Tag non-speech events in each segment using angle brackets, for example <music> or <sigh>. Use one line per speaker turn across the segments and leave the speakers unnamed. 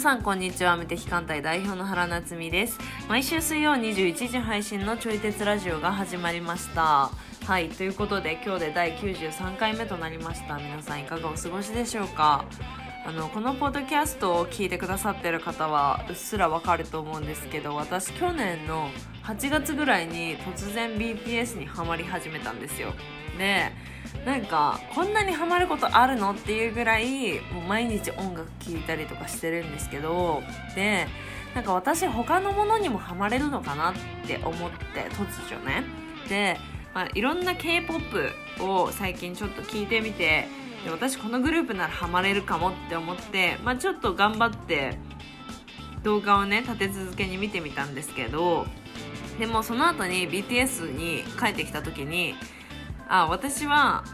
さんこんにちは無敵艦隊代表の原夏実です毎週水曜21時配信のちょい鉄ラジオが始まりましたはいということで今日で第93回目となりました皆さんいかがお過ごしでしょうかあのこのポッドキャストを聞いてくださってる方はうっすらわかると思うんですけど私去年の8月ぐらいに突然 BTS にハマり始めたんですよでなんかこんなにハマることあるのっていうぐらいもう毎日音楽聴いたりとかしてるんですけどでなんか私他のものにもハマれるのかなって思って突如ねで、まあ、いろんな k p o p を最近ちょっと聞いてみてで私このグループならハマれるかもって思って、まあ、ちょっと頑張って動画をね立て続けに見てみたんですけどでもその後に BTS に帰ってきた時にあ私は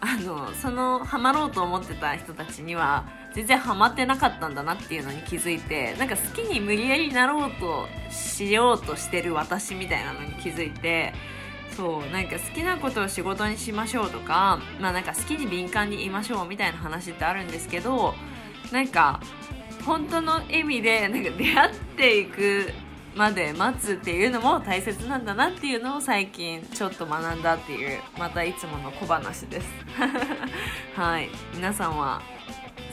あのそのハマろうと思ってた人たちには全然ハマってなかったんだなっていうのに気づいてなんか好きに無理やりなろうとしようとしてる私みたいなのに気づいてそうなんか好きなことを仕事にしましょうとか,、まあ、なんか好きに敏感に言いましょうみたいな話ってあるんですけどなんか本当の意味でなんか出会っていくまで待つっていうのも大切なんだなっていうのを最近ちょっと学んだっていうまたいつもの小話です <laughs> はい皆さんは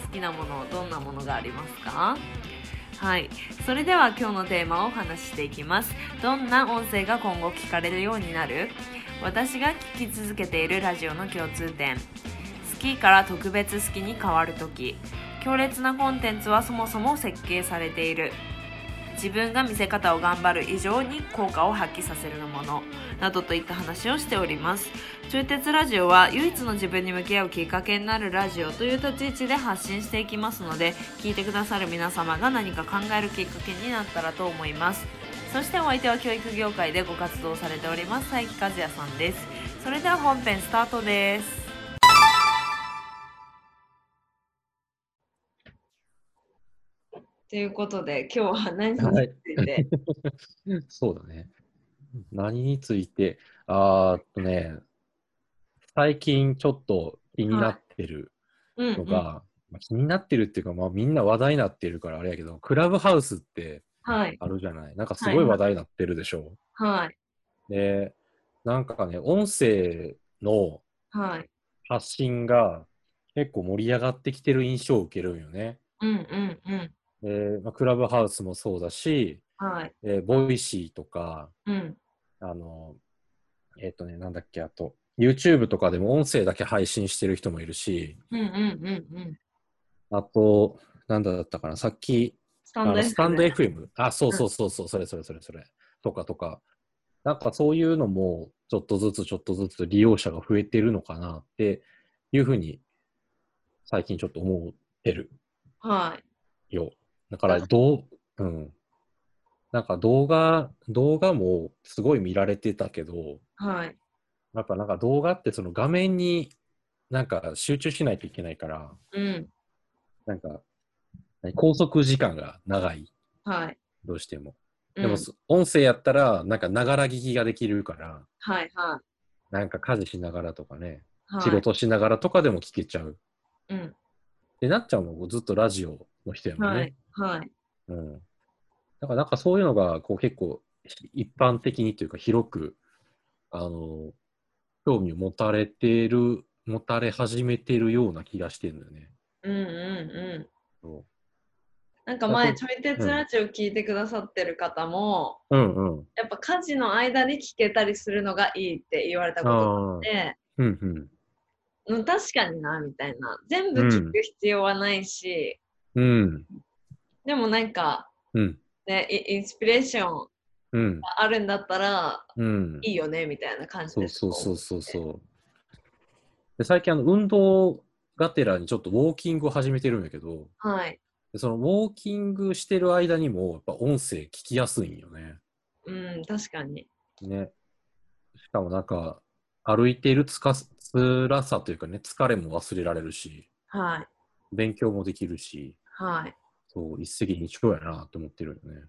好きなものどんなものがありますかはいそれでは今日のテーマをお話ししていきますどんな音声が今後聞かれるようになる私が聞き続けているラジオの共通点好きから特別好きに変わる時強烈なコンテンツはそもそも設計されている自分が見せ方を頑張る以上に効果を発揮させるものなどといった話をしております中鉄ラジオは唯一の自分に向き合うきっかけになるラジオという立ち位置で発信していきますので聞いてくださる皆様が何か考えるきっかけになったらと思いますそしてお相手は教育業界でご活動されております佐伯和也さんですそれでは本編スタートですということで今日は何について
<laughs> そうだね。何について、あーっとね、最近ちょっと気になってる
うんう
の
ん
が、まあ気になってるっていうか、まあ、みんな話題になってるからあれやけど、クラブハウスって
はい
あるじゃない。なんかすごい話題になってるでしょ。
はい
で、なんかね、音声の
はい
発信が結構盛り上がってきてる印象を受けるんよね。
うんうんうん
でまあ、クラブハウスもそうだし、
はい
えーボイシーとか、
うん
あの、えっ、とね、なんだっけ、あと、YouTube とかでも音声だけ配信してる人もいるし、
うんうんうんうん
あと、なんだったかな、さっき、
スタ
あ
ンド
の
F
スタンド FM。あ、そうそうそうそう、それそれそれそれ。とかとか。なんかそういうのも、ちょっとずつちょっとずつ利用者が増えてるのかなっていうふうに、最近ちょっと思ってる
はい
よ。だから、どう、うん。なんか動画、動画もすごい見られてたけど、
はい
やっぱなんか動画ってその画面になんか集中しないといけないから、
うん
なんか何拘束時間が長い、
はい
どうしても。
うん
でもそ、音声やったら、なんかながら聞きができるから、
はいは
なんか家事しながらとかね、
いはい
仕事しながらとかでも聞けちゃう。
うん
で、なっちゃうもずっとラジオの人やもんね。
はいはい
うん。だからなんかそういうのが、こう結構一般的にというか広く、あの、興味を持たれてる、持たれ始めてるような気がしてるんだよね。
うんうんうん
そ
なんか前
あと
ちょい鉄ラジオ聞いてくださってる方も、
ううんうん。
やっぱ家事の間に聞けたりするのがいいって言われたことがあ
ああ
っ。て
うんうん。
うん確かになみたいな全部聞く必要はないし、
うん。
でもなんか
うん。
ねイインスピレーション
うん。
あるんだったら
うん。
いいよねみたいな感じ
そ
で
うそうそううそうそう。で最近あの、運動がてらにちょっとウォーキングを始めてるんやけど、
はい
でそのウォーキングしてる間にも、やっぱ音声聞きやすいんよね。
うん確かに
ね。しかもなんか、歩いているつか辛さというかね、疲れも忘れられるし、
はい
勉強もできるし、
はい、
そう、一石二鳥やなと思ってるよね。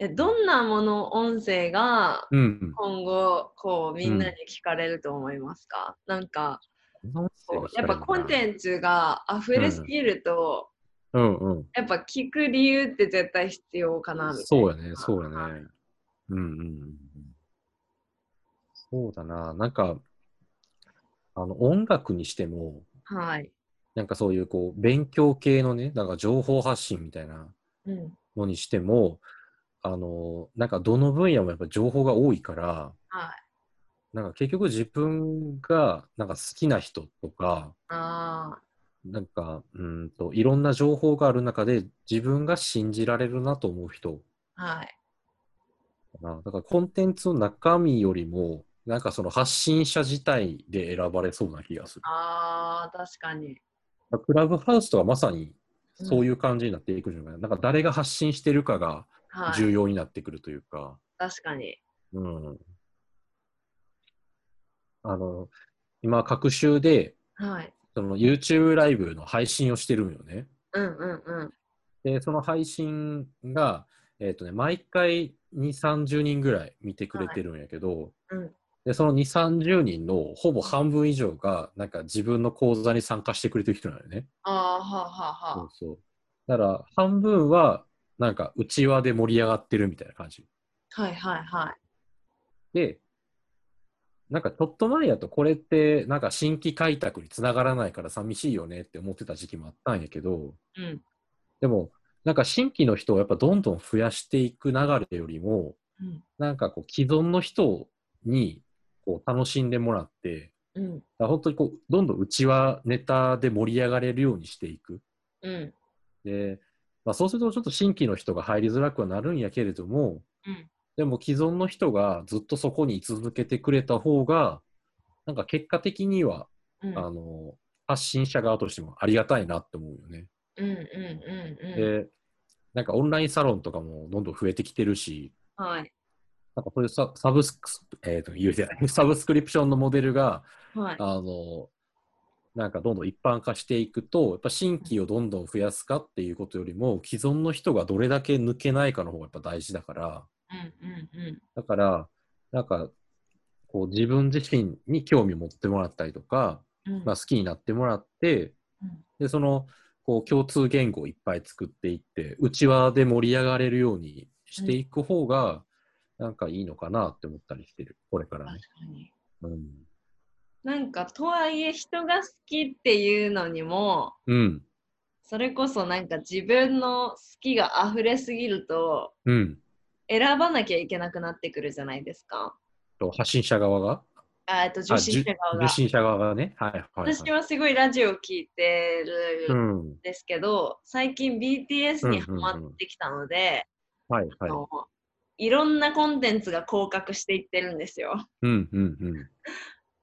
うん、えどんなもの音声が
うん。
今後こうみんなに聞かれると思いますか、なんかこうやっぱコン
ン
テンツが溢れすぎると、
うんうん。
やっぱ聞く理由って絶対必要かなみたいな。
そうやね、そうやね。うんうんうん。そうだな、なんか、あの、音楽にしても、
はい。
なんかそういうこう、勉強系のね、なんか情報発信みたいな
うん。
のにしても、あの、なんかどの分野もやっぱ情報が多いから、
はい。
なんか結局自分がなんか好きな人とか、
ああ。
なんか、うんと、いろんな情報がある中で自分が信じられるなと思う人
はい。
かな。だからコンテンツの中身よりも、なんかその発信者自体で選ばれそうな気がす
ああ、確かに。
る。クラブハウスとはまさにそういう感じになっていくんじゃない、なんか誰が発信してるかが
はい。
重要になってくるというか。
確かに。
うん。あの、今、各週で、
はい。
その YouTube ライブの配信をしてるんよね。
うんうんうん。
で、その配信が、えっ、とね、毎回2、30人ぐらい見てくれてるんやけど、
うん
で、その2、30人のほぼ半分以上が、なんか自分の講座に参加してくれてる人なのよね。
ああ、はあはあ
そ
は
うそう。だから、半分は、なんか、内輪で盛り上がってるみたいな感じ。
あ。はいはいはい。
で、なんかちょっと前やとこれってなんか新規開拓につながらないから寂しいよねって思ってた時期もあったんやけど、
うん。
でもなんか新規の人をやっぱどんどん増やしていく流れよりも、
うん
なんかこう既存の人にこう楽しんでもらって、
うん。
だから本当にこうどんどんうちはネタで盛り上がれるようにしていく。
うん。
で、まあ、そうするとちょっと新規の人が入りづらくはなるんやけれども、
うん
でも既存の人がずっとそこに居続けてくれた方が、なんか結果的には、
うん。
あの、発信者側としてもありがたいなって思うよね。
うんうんうんうん。
で、なんかオンラインサロンとかもどんどん増えてきてるし、
はい。
なんかそういうササブスク、えっ、と、言うてない、 <laughs> サブスクリプションのモデルが、
はい。
あの、なんかどんどん一般化していくと、やっぱ新規をどんどん増やすかっていうことよりも、既存の人がどれだけ抜けないかの方がやっぱ大事だから、
うんうんうん。
だから、なんか、こう自分自身に興味を持ってもらったりとか、
うん
まあ、好きになってもらって
うん、
で、その、こう共通言語をいっぱい作っていって、内輪で盛り上がれるようにしていく方が、なんかいいのかなって思ったりしてる、これから
確
ね。
かに。
うん。
なんかとはいえ人が好きっていうのにも
うん。
それこそなんか自分の好きが溢れすぎると
うん。
選ばなきゃいけなくなってくるじゃないですか。
と発信者側が
あえっと
あ
受信者側
受
が。
信者側がね。はいはい、
私
はい。
はすごいラジオ聞いて
う
るん
ん。
ですけど、最近 BTS にハマってきたので、
はいはい
あ。のいろんなコンテンツが降格していってるんですよ。
うんうんうん。
も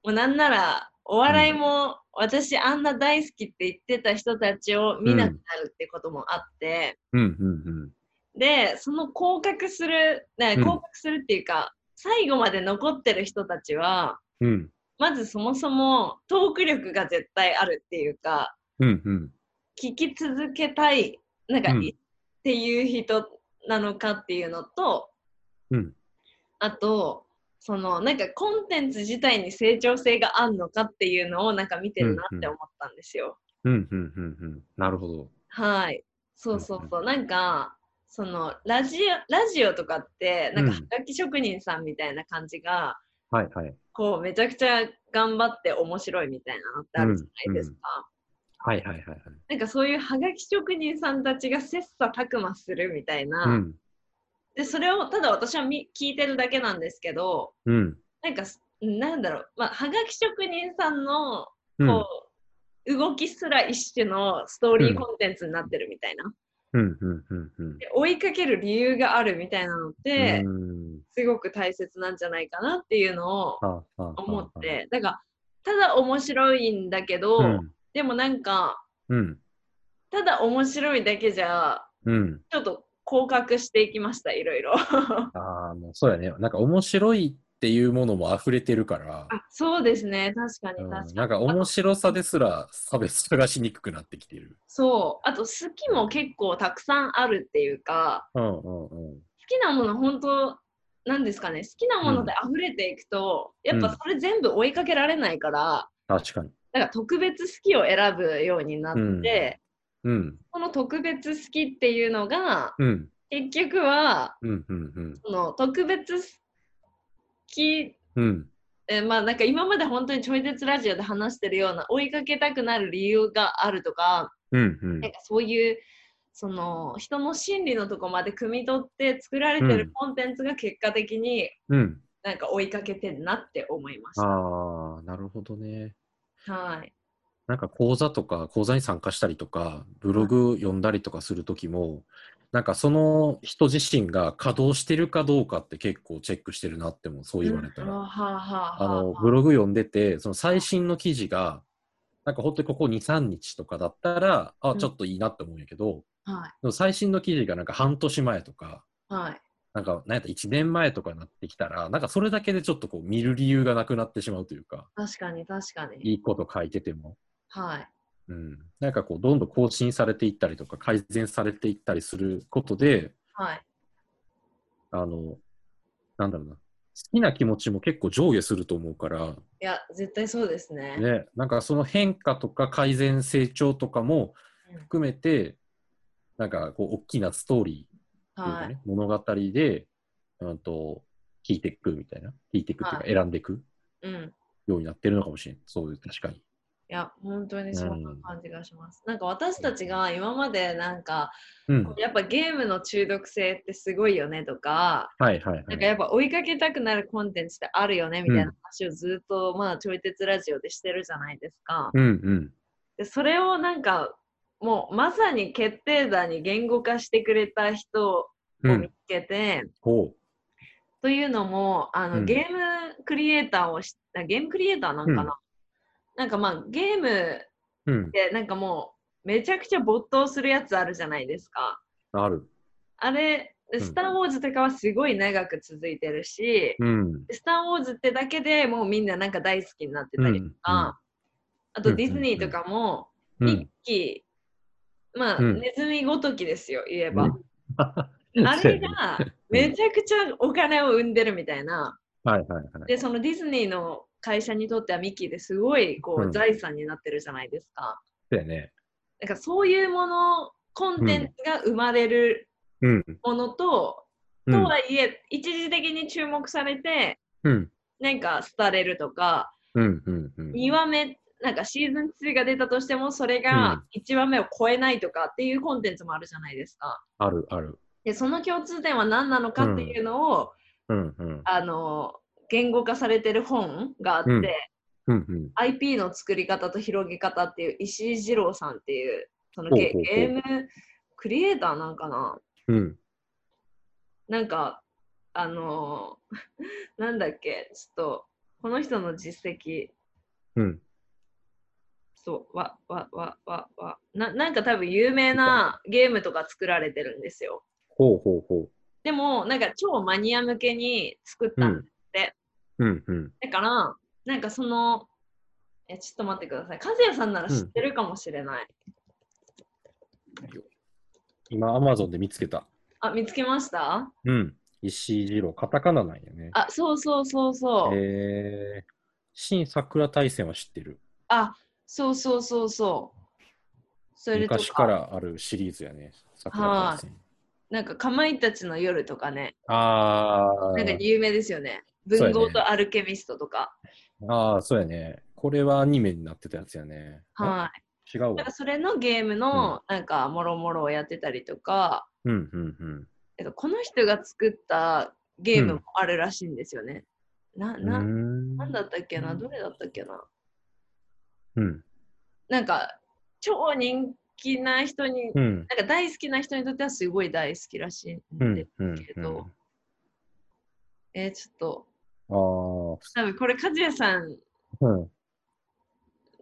うなんならお笑いも私あんな大好きって言ってた人たちを見なくなるってこともあって、
うんうん
でその降格する、ね、
うん
降格するっていうか、最後まで残ってる人たちは
うん。うん
まずそもそもトーク力が絶対あるっていうか
うんうん。
聞き続けたいなんか、
うん
っていう人なのかっていうのと
うん
あとそのなんかコンテンツ自体に成長性があるのかっていうのをなんか見てるなって思ったんですよ。
うんうんうんうん。なるほど。
はい、そうそうそう、なんかそのラジオラジオとかってなんか
う
は
ん
がき職人さんみたいな感じが、
はいはい。
こうめちゃくちゃ頑張って面白いみたいなのってあるじゃないですか、
はいはいはいはい。
なんかそういうはがき職人さんたちが切磋琢磨するみたいな、
うん
でそれをただ私はみ聞いてるだけなんですけど
うん。
なんかすなんだろう、まあ、はがき職人さんの
うん
こう、動きすら一種のストーリ
う
ー
ん
コンテンツになってるみたいな。
うんうんうんうん。
追いかける理由があるみたいなのって、
うん
すごく大切なんじゃないかなっていうのを
はあはあ
思っ
はあ
てだからただ面白いんだけど、
うん
でもなんか
うん
ただ面白いだけじゃ
うん。
ちょっと降格していきましたいろいろ
ああ、もうそうやね。なんか面白いっていうものも溢れてるから、
あそうですね確か
う
に確かに、
ん、なんか面白さですら差別探しにくくなってきてる。
そうあと好きも結構たくさんあるっていうか
うんうんうん。
好きなもの本当なんですかね好きなもので溢れていくと、やっぱそれ全部追いかけられないから、
確かに。
なんか特別好きを選ぶようになって、
うんうん。
この特別好きっていうのが
うん。
結局は
うん。うん。うん。
その特別好き
うん。
えーまあなんか今まで本当にちょい鉄ラジオで話してるような追いかけたくなる理由があるとか
うん。うん
なんかそういうその人の心理のとこまで汲み取って作られて
うん
るコンテンツが結果的に
うん。
なんか追いかけてんなって思いまし
ああ、なるほどね。
た。はい。
なんか講座とか、講座に参加したりとか、ブログ読んだりとかするときも、なんかその人自身が稼働してるかどうかって結構チェックしてるなっても、そう言われた
うんは
ら。
あはあはあ
あの、
はあ
ブログ読んでて、その最新の記事が、なんか本当にここ2、3日とかだったら、あ、
うん
ちょっといいなって思うんやけど、
はい
でも最新の記事がなんか半年前とか、
はい。
なんか、なんやったら1年前とかになってきたら、なんかそれだけでちょっとこう見る理由がなくなってしまうというか、
確かに確かに。
いいこと書いてても。
はい。
うん。なんかこう、どんどん更新されていったりとか、改善されていったりすることで、
はい。
あの、なんだろうな、好きな気持ちも結構上下すると思うから、
いや絶対そうですね。
ね、なんかその変化とか改善、成長とかも
うん
含めて、なんかこう、大きなストーリーというか
はい
ね、。物語で、うんと、聞いていくみたいな、聞いていくっていうか、
は
選んでいく
うん。
ようになってるのかもしれない。そういう、確かに。
いや、本当にそんな感じがします。なんか私たちが今までなんか、
うん。
やっぱゲームの中毒性ってすごいよねとか、
はいはい
なん
は
か
い。
やっぱ追いかけたくなるコンテンツってあるよねみたいな話をずっと、まあ、ちょい鉄ラジオでしてるじゃないですか。
うんうん。
で、それをなんか、もうまさに決定打に言語化してくれた人
う
を見
ん。
つけて、
ほ
というのもあの、
うん
ゲームクリエイターをしあゲームクリエイターなんかな、
うん
なんかまあゲーム
う。うん
っ。てなんかもうめちゃくちゃ没頭するやつあるじゃないですか。
ある。
あれ、
ん
スター・ウォーズとかはすごい長く続いてるし、
うん。
スター・ウォーズってだけでもうみんななんか大好きになってたりとか、
うんうん
あとディズニーとかも
う
一
ん。
期、まあ、
うん
ネズミごときですよ、 <laughs> 言えば。あ
そう
れ
やね
がめちゃくちゃお金を生んでるみたいな。
はいはいはい。
で、そのディズニーの会社にとってはミッキーですごいこ
うん
う財産になってるじゃないですか。
そうやね。
なんかそういうもの、コンテンツが生まれる
うん。
ものと、
う
と
ん。
はいえ、一時的に注目されて、
うん。
なんか廃れるとか、
うん。うん。うん。
2話目、なんかシーズン2が出たとしても、それ
うん
が1話目を超えないとかっていうコンテンツもあるじゃないですか。
あるある。
で、その共通点は何なのかっていうのを、
うん。うん。
あの、言語化されてる本があって、
うんうん。うん。
IP の作り方と広げ方っていう石井二郎さんっていう、そのゲ
ほうほうほう
ゲームクリエイターなんかな
うん。
なんか、あのー <laughs> なんだっけ、ちょっと、この人の実績、
うん。
そう、わ、わ、わ、わ、わ、ななんか多分有名なゲームとか作られてるんですよ。
ほうほうほ
でも、なんか超マニア向けに作っ
う。う
た。
ん。うん。うん。
だから、なんかその、え、ちょっと待ってください。和也さんなら知ってるかもしれない。
今、アマゾンで見つけた。
あ、見つけました
うん。石井二郎、カタカナなんやね。
あ、そうそうそうそう。
えー、新桜大戦は知ってる。
あ、そうそうそうそう。それと
昔からあるシリーズやね。桜大戦。
なんか、かまいたちの夜とかね。
あ
なんか
ー、
有名ですよね。
そうや
文
ね
豪とアルケミストとか。
あーそうやね。これはアニメになってたやつやね。あ
は
違う
い。なん
わ
か。それのゲームのなんかもろもろをやってたりとか、
うんうんうん。
えっと、この人が作ったゲームもあるらしいんですよね。な、な、
な
なんだったっけ
う
なんどれだったっけな
うん。
なんか超人気な人に、
うん。
なんか大好きな人にとってはすごい大好きらしいん
う
で、
ん。うん
けどえーちょっと、
うん。あ
多分これ和也さん
あ。うん。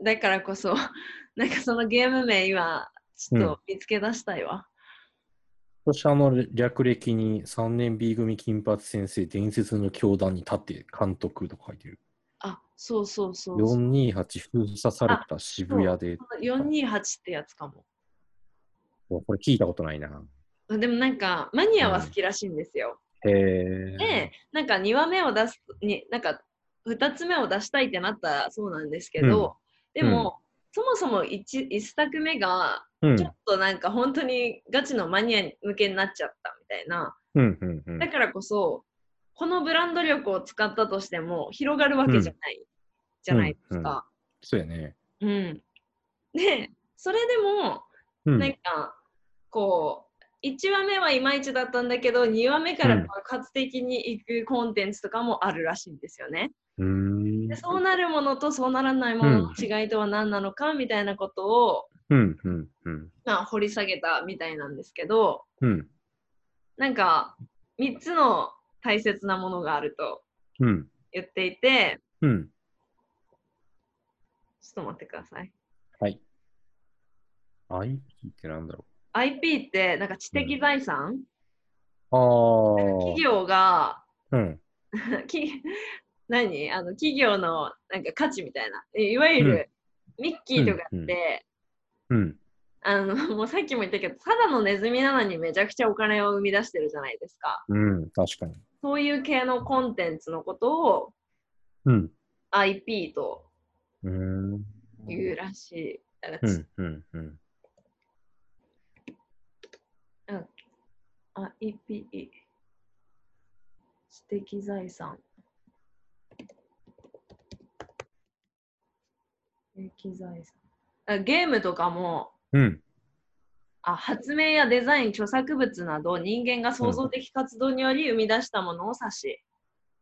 だからこそ、 <laughs> なんかそのゲーム名今、ちょっと見つけ出したいわ。
今年あの略歴に3年 B 組金髪先生伝説の教団に立って監督とか書いてる。
あ、そうそうそうそう。
428封鎖された渋谷で。
428ってやつかも。
これ聞いたことないな。
でもなんか、マニアは好きらしいんですよ。
へえ。
で、なんか2話目を出すに、なんか2つ目を出したいってなったそうなんですけど、でも、そもそも 1, 一作目が
うん
ちょっとなんか本当にガチのマニア向けになっちゃったみたいな。
うんうんうん
だからこそ、このブランド力を使ったとしても広がるわけじゃない、じゃないですか。
そうやね。
うんで、それでも、
うん
なんか、こう、1話目はいまいちだったんだけど、2話目から爆発的にいくコンテンツとかもあるらしいんですよね。
うーん
でそうなるものとそうならないものの違いとは何なのかみたいなことを、
うんうんうん
まあ、掘り下げたみたいなんですけど、
うん
なんか3つの大切なものがあると
うん
言っていて、
うん
ちょっと待ってください。
はい。IP ってなんだろ
IP ってなんか知的財産、
う。ああ。
企業が
うん。
<laughs> き何あの企業のなんか価値みたいな、えいわゆるミッキーとかって、
うんうんうん。
あのもうさっきも言ったけど、ただのネズミなのにめちゃくちゃお金を生み出してるじゃないですか。
うん。確かに。
そういう系のコンテンツのことを
うん。
IP と
うーん。
言うらしい。だから
う
ち
んうんうん。
あ、EPE。知的財産。知的財産。あゲームとかも
うん。
あ、発明やデザイン、著作物など人間が創造的活動により生み出したものを指し、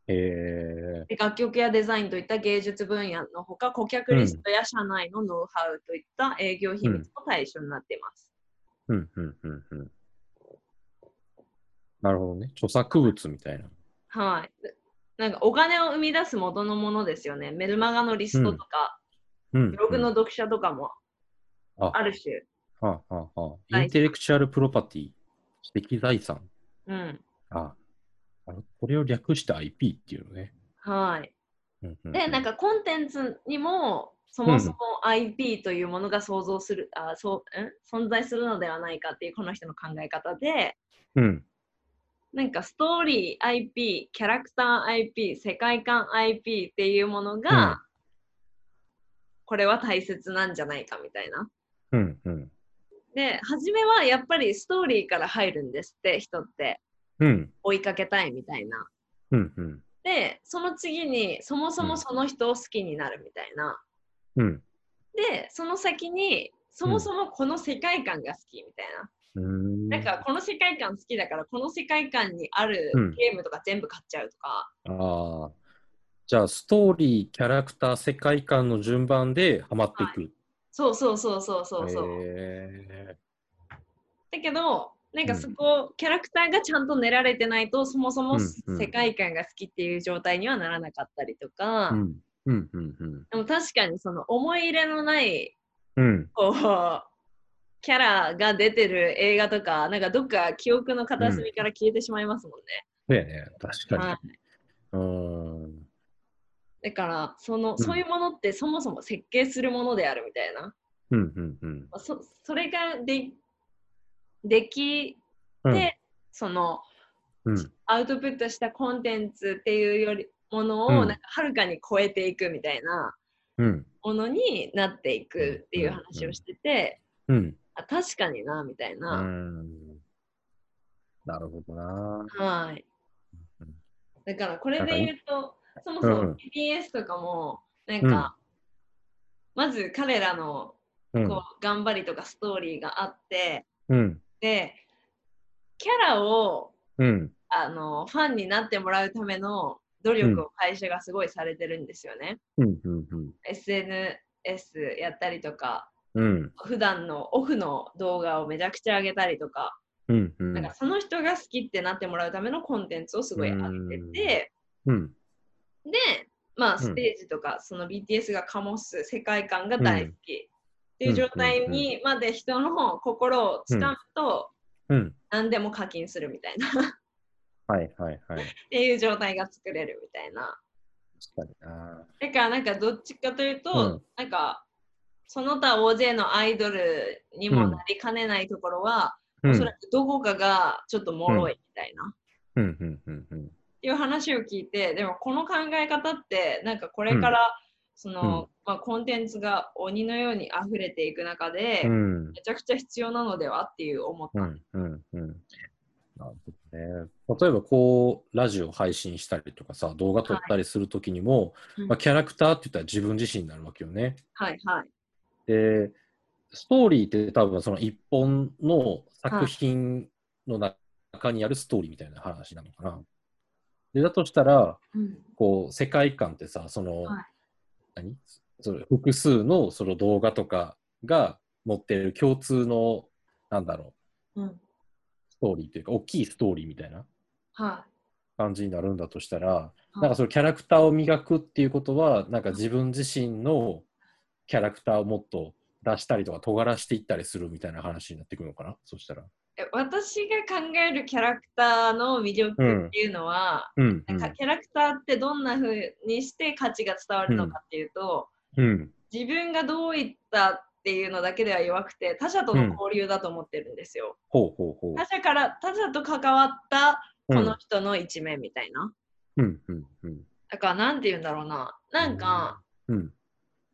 えー。
で楽曲やデザインといった芸術分野のほか、顧客リストや社内のノウハウといった営業秘密の対象になっています。
うんうんうんうん。なるほどね。著作物みたいな。
はい。なんかお金を生み出す元のものですよね。メルマガのリストとか、
うん。
ブログの読者とかも
あ
ある種、
うん。はあはあはあ。
財産
インテレクチュアルプロパティ。知的財産。
うん
ああのこれを略して IP っていうのね。
はい、
うんうんうん
でなんかコンテンツにもそもそも IP というものが想像する、あそうん存在するのではないかっていうこの人の考え方で
うん。
なんかストーリー IP キャラクター IP 世界観 IP っていうものが、
うん
これは大切なんじゃないかみたいな。
うんうん。
で初めはやっぱりストーリーから入るんですって人って
うん。
追いかけたいみたいな。
うんうん。
でその次にそもそもその人を好きになるみたいな、
うん。
でその先にそもそもこの世界観が好きみたいな、
うーん
なんかこの世界観好きだからこの世界観にある
うん
ゲームとか全部買っちゃうとか、
ああ。じゃあ、ストーリー、キャラクター、世界観の順番でハマっていく。
そうそうそうそうそうそう、
へ
だけどなんかそこ、キャラクターがちゃんと練られてないとそもそも
うんうん
世界観が好きっていう状態にはならなかったりとか、
ーうん。うん。うん。うん。
でも確かにその思い入れのない
うん。
こうキャラが出てる映画とかなんかどっか記憶の片隅から消えてしまいますもんね、
そうやね。確
は
か
い
に。うーん。
だからその、
ん
そういうものってそもそも設計するものであるみたいな
うん。うん。うん。
そそれがででき
うん
て、その
うん。
アウトプットしたコンテンツっていうよりものを
う
な
ん
んかはるかに超えていくみたいな
うん。
ものになっていくっていう話をしてて、
うん。
あ確かになみたいうな、
ん。なるほどな。
はい
うん
だからこれで言うと、そもそうも
ん
PBS とかも、なんか、まず彼らの
うん
こう頑張りとかストーリーがあって、
うん。
で、キャラを
うん。
あのファンになってもらうための努力を会社がすごいされてるんですよね。
うん。うん。うん
SNS やったりとか、
うん。
普段のオフの動画をめちゃくちゃ上げたりとか、
うん。うん。
なんかその人が好きってなってもらうためのコンテンツをすごい上げてて、
うん。
で、まあ、
ん
ステージとか、その BTS が醸す世界観が大好きっていう状態にまで人の心をつかむと、
うん。
何でも課金するみたいな <laughs> っ
はい。はい。はい。
ていう状態が作れるみたいな。
確かにな。
だからなんかどっちかというと、
うん
なんかその他大勢のアイドルにもなりかねないところは、
う
おそら
ん。
くどこかがちょっと脆いみたいな。
うん。うん。うん。うん。
っていう話を聞いてでもこの考え方ってなんかこれからその、
うん
まあ、コンテンツが鬼のように溢れていく中で、
うん。
めちゃくちゃ必要なのではっていう思っ
う
た。
ん。うん。うん。なるほどね。例えば、こう、ラジオ配信したりとかさ、動画撮ったりするときにも、
うん
まあ、キャラクターって言ったら自分自身になるわけよね。
はいはい。
で、ストーリーって多分その一本の作品の中にあるストーリーみたいな話なのかな。で、だとしたら、
うん
こう、世界観ってさ、その、
はい
何その複数のその動画とかが持ってる共通の、なんだろう、
うん
ストーリーというか、大きいストーリーみたいな
は
感じになるんだとしたら、
い、
なんかそのキャラクターを磨くっていうことは、なんか自分自身のキャラクターをもっと出したりとか、尖らしていったりするみたいな話になってくるのかな、そしたら。
え私が考えるキャラクターの魅力っていうのは、
うん、
なんかキャラクターってどんな風にして価値が伝わるのかっていうと、
うん、
自分がどういったっていうのだけでは弱くて他者との交流だと思ってるんですよ。
ほうほうほう。
他者から他者と関わった
う
こ
ん
の、人の一面みたいな。
うん、うん、うん。
だからなんて言うんだろうな。なんか、
うん、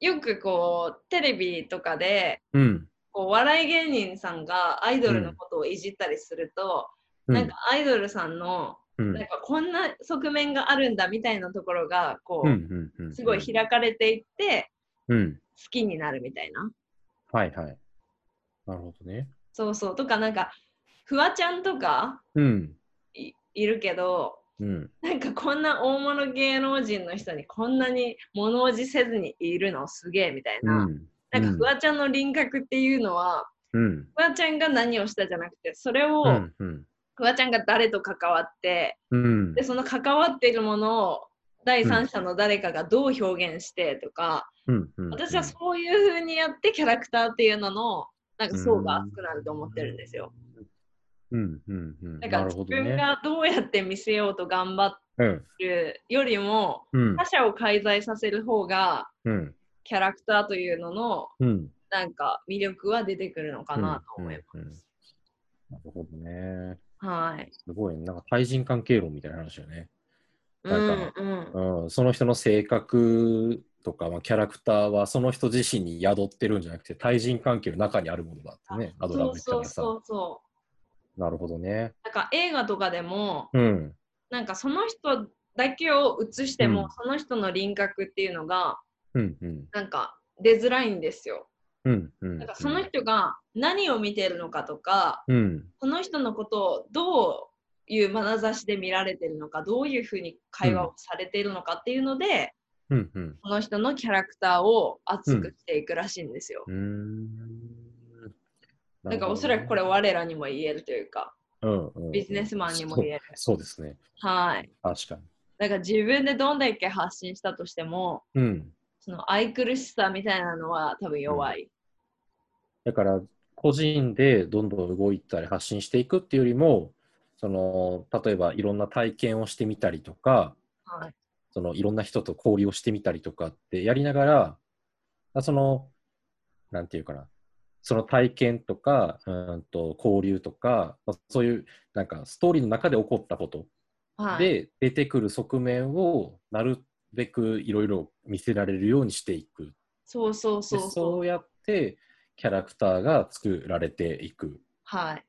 よくこうテレビとかで
うん。
こう笑い芸人さんがアイドルのことをいじったりすると、
う
なんか、アイドルさんの
うん、
なんかこんな側面があるんだみたいなところがこ
う
う、
ん、うん、うん。
すごい開かれていって
うん、
好きになるみたいな。
はいはい。なるほどね。
そうそうとかなんかフワちゃんとか
うん、
いいるけど
うん。
なんかこんな大物芸能人の人にこんなに物おじせずにいるのすげえみたいな、
うん、
なんか
うん
フワちゃんの輪郭っていうのは
うん、
フワちゃんが何をしたじゃなくてそれを、
うん、うん。
フワちゃんが誰と関わって
うん
で、その関わっているものを第三者の誰かがどう表現してとか、
うん、うん。
私はそういう風にやってキャラクターっていうののなんか層が厚くなると思ってるんですよ。
うん、うん、うん。
だ
な
から
る
自
ほど
分
ね。
がどうやって見せようと頑張っ
うん、
てるよりも
うん、
他者を介在させる方が
うん、
キャラクターというのの
うん。
なんか魅力は出てくるのかなと思います。
うんうんうんなるほどね。
はい。
すごい、なんか対人関係論みたいな話よね。
う
なん
ん
か
うん。
うん、その人の性格とか、まあ、キャラクターはその人自身に宿ってるんじゃなくて、対人関係の中にあるものだってね、アドラ
そ
ム
う
言った
そ
の
う
がさ。
そうそう。
なるほどね。
なんか映画とかでも
うん、
なんかその人だけを映しても、
うん
その人の輪郭っていうのが
うん、うん、
なんか出づらいんですよ。
うん、うん。
なんかその人が何を見てるのかとか、
うん、
その人のことをどういう眼差しで見られてるのか、どういうふうに会話をされているのかっていうので、
うん、うん。
その人のキャラクターを熱くしていくらしいんですよ。
うーん。
なんかおそらくこれ
は、
我らにも言えるというか、
うんうん、
ビジネスマンにも言える。
そうそうですね。
はい。
確かに。
なんか自分でどんだけ発信したとしても、
うん。
その愛くるしさみたいなのは多分弱い。
だから、個人でどんどん動いたり発信していくっていうよりも、その、例えばいろんな体験をしてみたりとか、
はい。
そのいろんな人と交流をしてみたりとかってやりながら、あその、なんていうかな、その体験とか、うーんと交流とか、まあそういうなんかストーリーの中で起こったこと
はい、
で出てくる側面をなるべくいろいろ見せられるようにしていく。
そうそう
で
そうそう。
そうやってキャラクターが作られていく。
はい。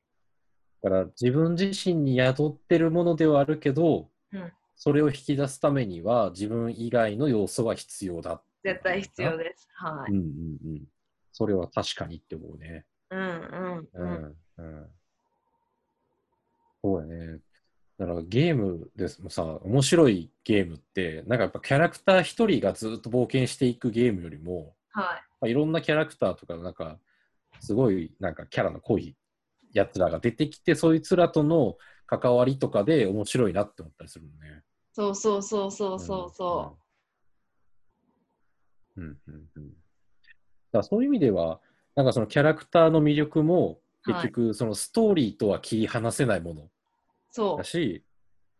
だから自分自身に宿ってるものではあるけど、
うん
それを引き出すためには自分以外の要素は必要だ
絶対必要です。は
う
い。
んうんうん。それは確かにって思うね。
うんう
う
う
ん
ん。
ん。うん、そうだね。だからゲームですもさ、面白いゲームって、なんかやっぱキャラクター一人がずっと冒険していくゲームよりも、
はい。
まあ、いろんなキャラクターとか、なんか、すごいなんかキャラの濃いやつらが出てきて、そいつらとの関わりとかで面白いなって思ったりするもんね。
そうそうそうそうそうそ
うん。うんうんうん。だからそういう意味では、なんかそのキャラクターの魅力も、
はい
結局そのストーリーとは切り離せないもの
う。そ
だ
う。
し、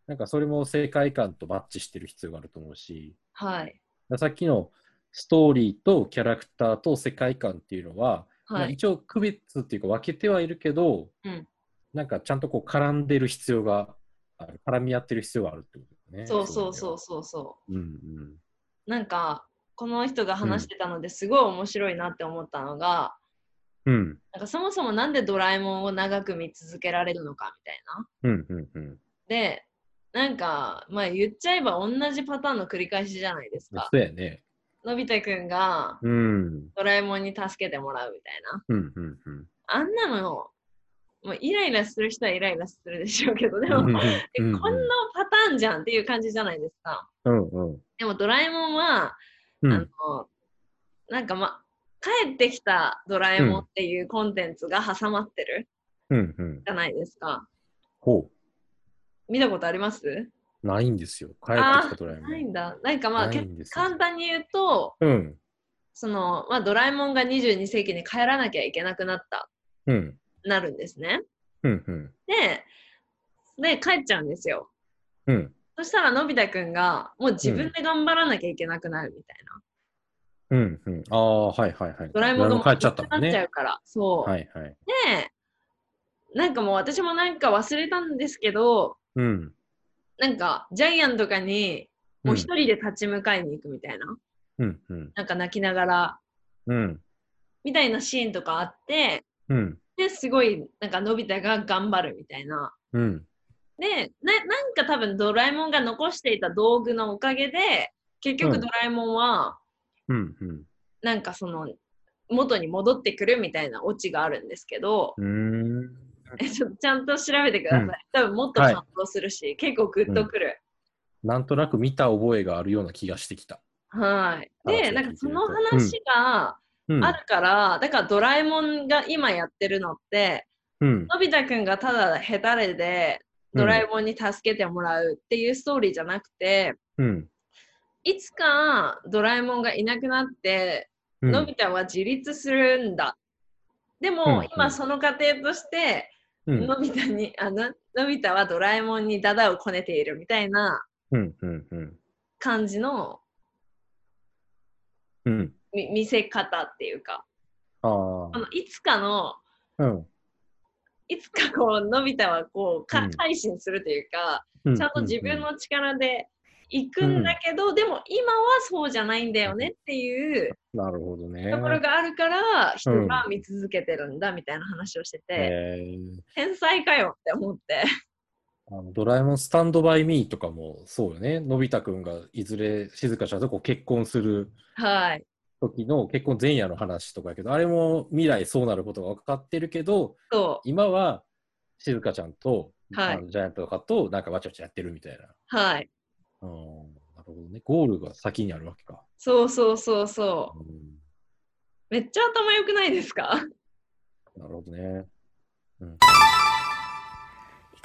なんかそれも世界観とマッチしてる必要があると思うし、
はい。
だからさっきのストーリーとキャラクターと世界観っていうのは、ま
は
あ
い。
一応区別っていうか分けてはいるけど、
うん
なんかちゃんとこう絡んでる必要がある、絡み合ってる必要があるってことだよね。
そうそう
う
そうそうそ
いう意味では。うんうん。
う。なんか、この人が話してたのですごい面白いなって思ったのが、
うん。
なんかそもそもなんでドラえもんを長く見続けられるのかみたいな。
うん。うん。うん。
で、なんか、まあ言っちゃえば同じパターンの繰り返しじゃないですか。
そうやね。
のび太くんが
うん。
ドラえもんに助けてもらうみたいな。
うん。うん。うん。
あんなの、もうイライラする人はイライラするでしょうけど、で
う
も、
ん。
えこんなパターンじゃんっていう感じじゃないですか。
うん。うん。
でもドラえもんは、
う
あの
ん。
なんかま帰ってきたドラえもんっていうコンテンツが挟まってる
うん。うん。
じゃないですか。
ほ
見たことあります
う。ないんですよ。帰ってきたドラえも
ない
ん。
んだ。なんかまあ
ない
け
んですよ
簡単に言うと、
うん。
そのまあ、ドラえもんが22世紀に帰らなきゃいけなくなった、
うん。
なるんですね。
うん。うん。
で、で帰っちゃうんですよ。
うん。
そしたらのび太くんがもう自分で頑張らなきゃいけなくなるみたいな。
うん。うん。ああ、はいはいはい。
ドラえもんがも
帰っちゃった
な
もん
っちゃう
ね。
から。そう。
はいはい。
で、なんかもう私もなんか忘れたんですけど、
うん。
なんかジャイアンとかにもう一人で立ち向かいに行くみたいな。
うん。うん。
なんか泣きながら
うん。
みたいなシーンとかあって、
うん。
で、すごいなんかのび太が頑張るみたいな。
うん。
で、ななんか多分ドラえもんが残していた道具のおかげで、結
う
局
ん
ドラえもんは、
うん。うん。
なんかその、元に戻ってくるみたいなオチがあるんですけど、
うん。
えちょっとちゃんと調べてください。
うん
多分もっと
はい
感動するし、結構グッとくる。
なんとなく見た覚えがあるような気がしてきた。
はい。
話
で、
を
なん
聞いてると
かその話が
うん。
あるから、だからドラえもんが今やってるのって、
うん。
のび太くんがただヘタレでドラえもんに助けてもらうっていうストーリーじゃなくて、
うん。
いつかドラえもんがいなくなって、
うん。
のび太は自立するんだ。で
うん
も、
うん
今その過程として、
うん。
のび太にあの、のび太はドラえもんにダダをこねているみたいな
うん。うん。うん。
感じの
うん。
み見せ方っていうか
あ
このいつかの
あ。うん。
いつかこうのび太はこう
う
か
ん
改心するというか、
うん
ちゃんと自分の力で行くんだけど、でも今はそうじゃないんだよねっていう
なるほどね。
ところがあるから人が見続けてるんだみたいな話をしてて、
えー
天才かよって思って <laughs>
あのドラえもんスタンドバイミーとかもそうよね。のび太くんがいずれ静香ちゃんとこう結婚する
はい
時の結婚前夜の話とかやけど、あれも未来そうなることが分かってるけど、
そ
今は静香ちゃんと、
はい
あのジャイアントとかとなんかわちゃわちゃやってるみたいな。
うはい
うん、なるほどね。ゴールが先にあるわけか。
そうそうそうそう
うん
めっちゃ頭良くないですか
なるほどね。
い